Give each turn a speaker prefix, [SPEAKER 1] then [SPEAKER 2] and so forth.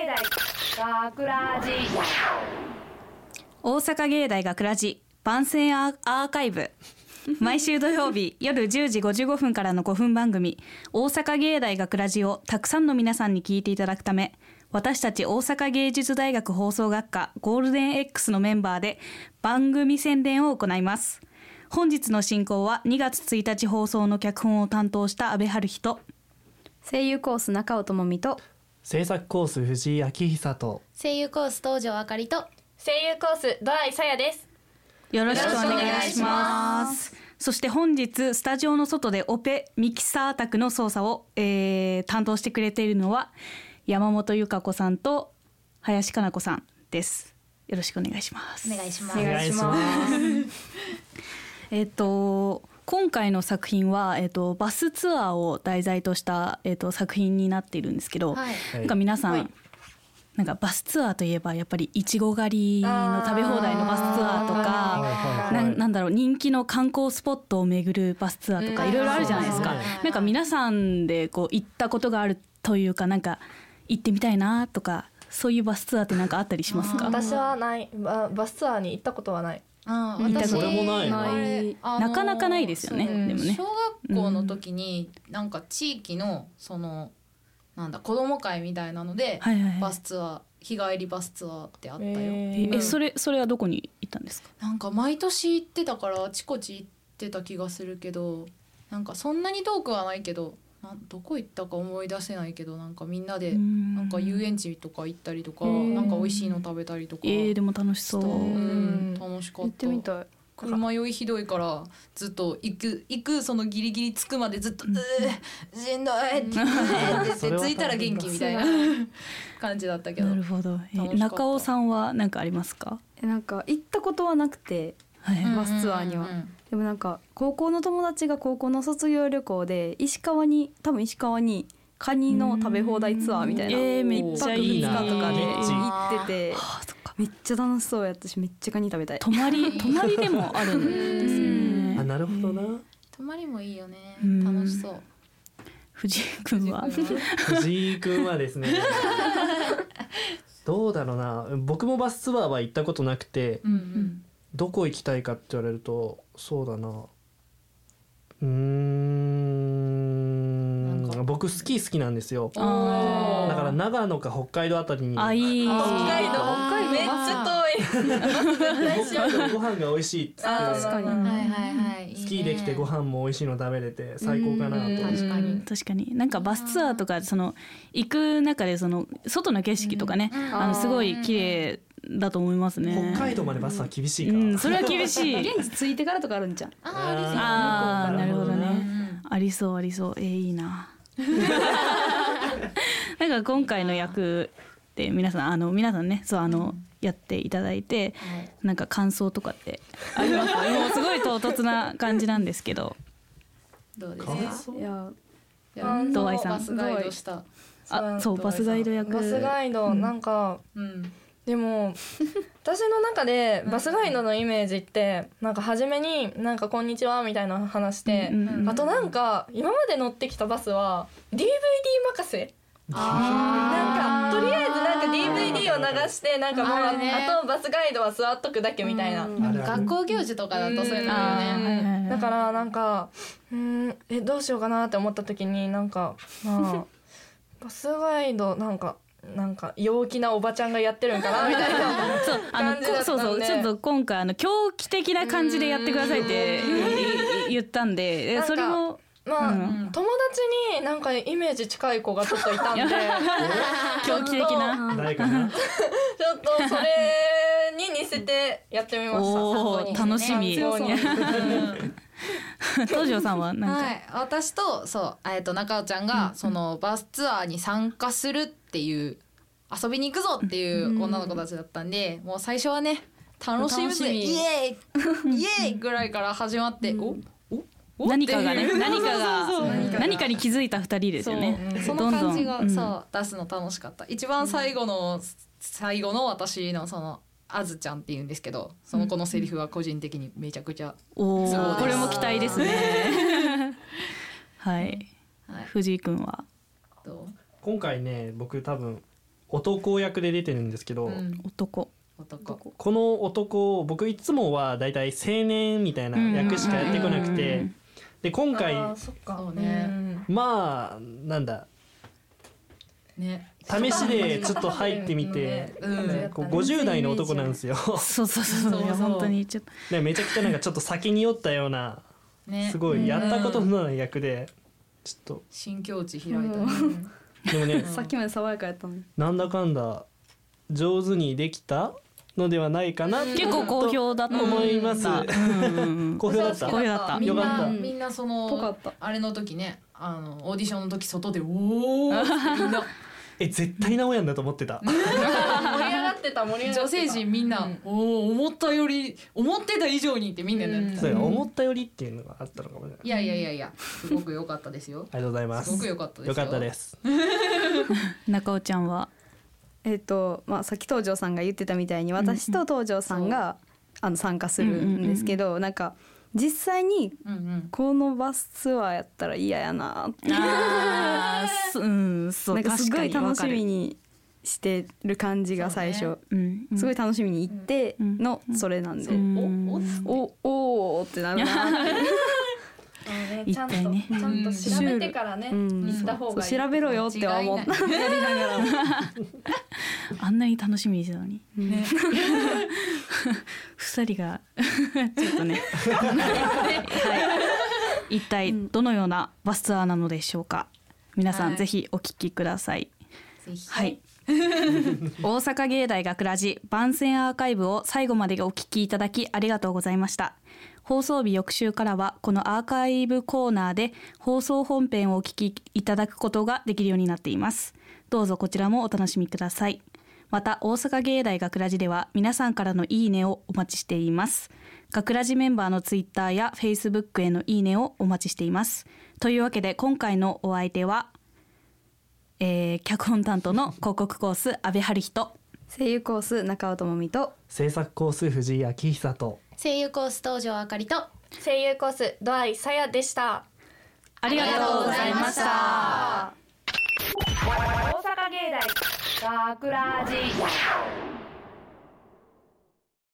[SPEAKER 1] 大学ラジ
[SPEAKER 2] 大阪芸大学ラジ番宣アーアーカイブ毎週土曜日夜10時55分からの5分番組「大阪芸大学ラジをたくさんの皆さんに聞いていただくため私たち大阪芸術大学放送学科ゴールデン X のメンバーで番組宣伝を行います本日の進行は2月1日放送の脚本を担当した阿部春人
[SPEAKER 3] 声優コース中尾智美と
[SPEAKER 4] 制作コース藤井明久と
[SPEAKER 5] 声優コース東條あかりと
[SPEAKER 1] 声優コースドライさやです
[SPEAKER 2] よろしくお願いします。そして本日スタジオの外でオペミキサー宅の操作を、えー担当してくれているのは山本由香子さんと林加奈子さんです。よろしくお願いします。
[SPEAKER 5] お願いしま
[SPEAKER 4] お
[SPEAKER 5] す
[SPEAKER 4] 願いします
[SPEAKER 2] えっ、と今回の作品はえっ、とバスツアーを題材としたえっ、と作品になっているんですけど、
[SPEAKER 5] はい
[SPEAKER 2] なんか皆さん、なんかバスツアーといえばやっぱりいちご狩りの食べ放題のバスツアーとか。
[SPEAKER 4] はい
[SPEAKER 2] な
[SPEAKER 4] はい
[SPEAKER 2] んなんだろう人気の観光スポットを巡るバスツアーとか
[SPEAKER 5] うん
[SPEAKER 2] いろいろあるじゃないですか、
[SPEAKER 4] そうです
[SPEAKER 5] ね
[SPEAKER 2] なんか皆さんでこう行ったことがあるというかなんか行ってみたいなとかそういうバスツアーってなんかあったりしますか
[SPEAKER 6] 私はないババスツアーに行ったことはない
[SPEAKER 5] あ
[SPEAKER 2] 見た
[SPEAKER 5] 私
[SPEAKER 2] こと
[SPEAKER 4] もないな
[SPEAKER 5] あれあの
[SPEAKER 2] なかなかないですよね
[SPEAKER 5] そう
[SPEAKER 2] でもね
[SPEAKER 5] 小学校の時になんか地域のそのなんだ子供会みたいなので
[SPEAKER 2] はいはいは
[SPEAKER 5] バ
[SPEAKER 2] い
[SPEAKER 5] スツアー日帰りバスツアーってあったよ、
[SPEAKER 6] え
[SPEAKER 2] ええそれそれはどこに行ったんですか
[SPEAKER 5] なんか毎年行ってたからあちこち行ってた気がするけどなんかそんなに遠くはないけどなんどこ行ったか思い出せないけどなんかみんなで
[SPEAKER 2] な
[SPEAKER 5] なんか遊園地とか行ったりとか
[SPEAKER 6] うん
[SPEAKER 5] なんか美味しいの食べたりとか
[SPEAKER 2] えー、でも楽しそう
[SPEAKER 5] う
[SPEAKER 6] うんん
[SPEAKER 5] ん楽しか
[SPEAKER 6] 行
[SPEAKER 5] っ
[SPEAKER 6] ったてみたい
[SPEAKER 5] 車酔いひどいからずっと行く行くそのギリギリ着くまでずっと「うーしんどい」って言 って
[SPEAKER 4] それは
[SPEAKER 5] 着いたら元気みたいな感じだったけど
[SPEAKER 2] なるほど、え
[SPEAKER 5] 楽しかった
[SPEAKER 2] 中尾さんは何かありますか
[SPEAKER 3] えなんか行ったことはなくて
[SPEAKER 2] はい、
[SPEAKER 5] うん
[SPEAKER 3] バスツアーには
[SPEAKER 5] うんうん
[SPEAKER 3] でもなんか高校の友達が高校の卒業旅行で石川に多分石川にカニの食べ放題ツアーみたいな
[SPEAKER 2] うんえーめ
[SPEAKER 3] 一
[SPEAKER 2] っち
[SPEAKER 3] 泊
[SPEAKER 2] ゃい
[SPEAKER 3] 二
[SPEAKER 2] い
[SPEAKER 3] 日
[SPEAKER 2] な
[SPEAKER 3] とかで
[SPEAKER 4] リッチ
[SPEAKER 3] 行ってて
[SPEAKER 2] あそっか
[SPEAKER 3] めっちゃ楽しそうやったしめっちゃカニ食べたい
[SPEAKER 2] 泊まり泊まりでもあるんですね
[SPEAKER 4] あなるほどな
[SPEAKER 5] 泊まりもいいよね
[SPEAKER 2] うん
[SPEAKER 5] 楽しそう
[SPEAKER 2] 藤井君は
[SPEAKER 5] 藤井君は
[SPEAKER 4] 藤井君はですねどうだろうな僕もバスツアーは行ったことなくて
[SPEAKER 5] うんうん
[SPEAKER 4] どこ行きたいかって言われるとそうだなうーん
[SPEAKER 5] なんか
[SPEAKER 4] 僕スキー好きなんですよ
[SPEAKER 2] あ
[SPEAKER 4] だ
[SPEAKER 2] ー
[SPEAKER 4] から長野か北海道あたりに
[SPEAKER 2] あいい
[SPEAKER 5] 北海道
[SPEAKER 4] 北海道ご飯が美味しいっつって
[SPEAKER 6] 確
[SPEAKER 3] かに
[SPEAKER 5] はいはいはい
[SPEAKER 4] スキーできてご
[SPEAKER 5] 飯
[SPEAKER 4] 飯も美味しいの食べれて最高かなと
[SPEAKER 5] 確かに
[SPEAKER 2] 確かになんかバスツアーとかその行く中でその外の景色とかね、
[SPEAKER 5] うん
[SPEAKER 2] あのすごい綺麗だと思いますね。
[SPEAKER 4] 北海道までバスは厳しい
[SPEAKER 2] う
[SPEAKER 4] から、
[SPEAKER 2] ん、それは厳しい。
[SPEAKER 3] 現地着いてからとかあるんじゃん
[SPEAKER 2] ああ、なるほど
[SPEAKER 5] う
[SPEAKER 2] ね。
[SPEAKER 5] ん
[SPEAKER 2] ありそうありそう。えー、いいな。なんか今回の役で皆さんあの皆さんね、そうあの、やっていただいて、
[SPEAKER 5] はい
[SPEAKER 2] なんか感想とかってあります。もうすごい唐突な感じなんですけど。
[SPEAKER 5] どうですか
[SPEAKER 4] かわいそう
[SPEAKER 3] いや
[SPEAKER 5] じゃあ
[SPEAKER 2] ドワイさん
[SPEAKER 5] バスガイドした
[SPEAKER 2] あ、そうバスガイド役。
[SPEAKER 6] バスガイドなんか、
[SPEAKER 5] うん
[SPEAKER 6] でも私の中でバスガイドのイメージってなんか初めになんかこんにちはみたいな話して、
[SPEAKER 2] うんうん
[SPEAKER 6] あとなんか今まで乗ってきたバスは DVD 任せなんかとりあえずなんか DVD を流してなんかもう
[SPEAKER 5] あ
[SPEAKER 6] あ,、
[SPEAKER 5] るね
[SPEAKER 6] とバスガイドは座っとくだけみたいな、
[SPEAKER 3] うん
[SPEAKER 4] あるある
[SPEAKER 5] 学校行事とかだとそういうのあるよ
[SPEAKER 2] あ
[SPEAKER 5] ね
[SPEAKER 2] ーはいはいはい
[SPEAKER 6] だからなんかうんえどうしようかなって思った時になんかまあバスガイドなんかなんか陽気なおばちゃんがやってるんかなみたい な
[SPEAKER 2] そうあの
[SPEAKER 6] 感じだ
[SPEAKER 2] こ
[SPEAKER 6] っ
[SPEAKER 2] そ
[SPEAKER 6] た
[SPEAKER 2] うん
[SPEAKER 6] で
[SPEAKER 2] そうちょっと今回あの狂気的な感じでやってくださいっていい言ったん
[SPEAKER 6] な
[SPEAKER 2] で
[SPEAKER 6] ん
[SPEAKER 2] え
[SPEAKER 6] か
[SPEAKER 2] それを
[SPEAKER 6] まあ、
[SPEAKER 2] うん
[SPEAKER 6] 友達になんかイメージ近い子がちょっといたん でちょ
[SPEAKER 2] 狂気的な
[SPEAKER 4] 誰かな
[SPEAKER 6] っとそれに似せてやってみました
[SPEAKER 2] おお
[SPEAKER 6] 参考に
[SPEAKER 2] 楽しみ
[SPEAKER 6] 参考に
[SPEAKER 2] 東條さんはなんか、
[SPEAKER 5] はい、私とそうえっと中尾ちゃんが、そのバスツアーに参加するっていう遊びに行くぞっていう女の子たちだったんで、もう最初はね楽しむぜ
[SPEAKER 3] 楽しみ
[SPEAKER 5] イエーイイエーイぐらいから始まって、おおお
[SPEAKER 2] 何かがね
[SPEAKER 5] っていう
[SPEAKER 2] 何かが
[SPEAKER 5] そうそうそう
[SPEAKER 2] 何かに気づいた二人ですよね
[SPEAKER 5] そうそ
[SPEAKER 2] ど
[SPEAKER 5] の
[SPEAKER 2] んどん
[SPEAKER 5] 感じが
[SPEAKER 2] うん
[SPEAKER 5] さ、出すの楽しかった一番最後の、最後の私のそのあずちゃんって言うんですけどその子のセリフは個人的にめちゃくちゃ、
[SPEAKER 2] お
[SPEAKER 5] そうで
[SPEAKER 2] お
[SPEAKER 5] す
[SPEAKER 2] これも期待ですねはい
[SPEAKER 5] はい
[SPEAKER 2] 藤井くんは
[SPEAKER 5] どう
[SPEAKER 4] 今回ね僕多分男役で出てるんですけど、
[SPEAKER 5] うん
[SPEAKER 2] 男
[SPEAKER 5] 男
[SPEAKER 4] この男僕いつもはだいたい青年みたいな役しかやってこなくて、
[SPEAKER 2] うん
[SPEAKER 4] で今回
[SPEAKER 6] あーそっか
[SPEAKER 5] そうね
[SPEAKER 6] ん
[SPEAKER 4] まあなんだ
[SPEAKER 5] ね
[SPEAKER 4] 試しでちょっと入ってみて、
[SPEAKER 5] うん
[SPEAKER 6] うん
[SPEAKER 4] こう50代の男なんですよ
[SPEAKER 2] そうそうそうそう
[SPEAKER 5] そうそう
[SPEAKER 2] 本当にちょっと
[SPEAKER 4] でめちゃくちゃなんかちょっと先に酔ったような
[SPEAKER 5] ね
[SPEAKER 4] すごいやったことのない役でちょっ
[SPEAKER 5] 新境地開いたね
[SPEAKER 4] とでもね
[SPEAKER 3] さっきまで爽やかやったのに
[SPEAKER 4] なんだかんだ上手にできたのではないかな
[SPEAKER 2] 結構好評だった
[SPEAKER 4] 思います
[SPEAKER 2] うんうんうん
[SPEAKER 4] 好評だった
[SPEAKER 2] 好評だった
[SPEAKER 5] みん
[SPEAKER 4] よか
[SPEAKER 5] な
[SPEAKER 4] った
[SPEAKER 5] みんなそ
[SPEAKER 3] ぽか
[SPEAKER 5] の
[SPEAKER 3] った
[SPEAKER 5] あれの時ねあのオーディションの時外でおおー ってみんな
[SPEAKER 4] え絶対直やんだと思ってた
[SPEAKER 6] 盛り上がってた盛り上がってた
[SPEAKER 5] 女性陣みんな、
[SPEAKER 6] うん
[SPEAKER 5] おお思ったより思ってた以上にってみんななってた、
[SPEAKER 4] そう思ったよりっていうのがあったのかもしれない
[SPEAKER 5] いやいやいやいやすごく良かったですよ
[SPEAKER 4] ありがとうございます
[SPEAKER 5] すごく良かったです
[SPEAKER 4] よ
[SPEAKER 5] よ
[SPEAKER 4] かったです
[SPEAKER 2] 中尾ちゃんは
[SPEAKER 3] えっ、とまあさっき東條さんが言ってたみたいに私と東條さんが、あの参加するんですけど、なんか実際に
[SPEAKER 5] うんうん
[SPEAKER 3] このバスツアーやったら嫌やなって
[SPEAKER 2] あー そうんそう
[SPEAKER 3] なんかすごい楽し
[SPEAKER 2] に、
[SPEAKER 3] みにしてる感じが最初、
[SPEAKER 5] そう
[SPEAKER 2] うんうん
[SPEAKER 3] すごい楽しみに行って
[SPEAKER 2] うん
[SPEAKER 3] の
[SPEAKER 2] うん
[SPEAKER 3] それなんで、
[SPEAKER 2] うん
[SPEAKER 5] おお
[SPEAKER 3] おおーってなるな、
[SPEAKER 6] そうね
[SPEAKER 2] 一
[SPEAKER 6] ちゃんと
[SPEAKER 2] 体ね
[SPEAKER 6] ちゃんと調べてからね
[SPEAKER 3] うん
[SPEAKER 6] 行った方がいい
[SPEAKER 3] そう調べろよっては思っ
[SPEAKER 5] 違い
[SPEAKER 3] た
[SPEAKER 5] ない
[SPEAKER 2] あんなに楽しみにしてたのに
[SPEAKER 5] ね
[SPEAKER 2] 二人が ちょっと ね、はい、一体どのようなバスツアーなのでしょうか皆さん、
[SPEAKER 5] はい
[SPEAKER 2] ぜひお聞きください
[SPEAKER 5] ぜひ
[SPEAKER 2] はい大阪芸大学ラジ番宣アーカイブを最後までお聞きいただきありがとうございました放送日翌週からはこのアーカイブコーナーで放送本編をお聞きいただくことができるようになっていますどうぞこちらもお楽しみくださいまた大阪芸大学ラジでは皆さんからのいいねをお待ちしています学ラジメンバーのツイッターやフェイスブックへのいいねをお待ちしていますというわけで今回のお相手はえー、脚本担当の広告コース安倍春人
[SPEAKER 3] 声優コース中尾智美と
[SPEAKER 4] 制作コース藤井明久と
[SPEAKER 5] 声優コース登場あかりと
[SPEAKER 1] 声優コースドアイさやでした
[SPEAKER 2] ありがとうございました。
[SPEAKER 1] 大阪芸大学ラジ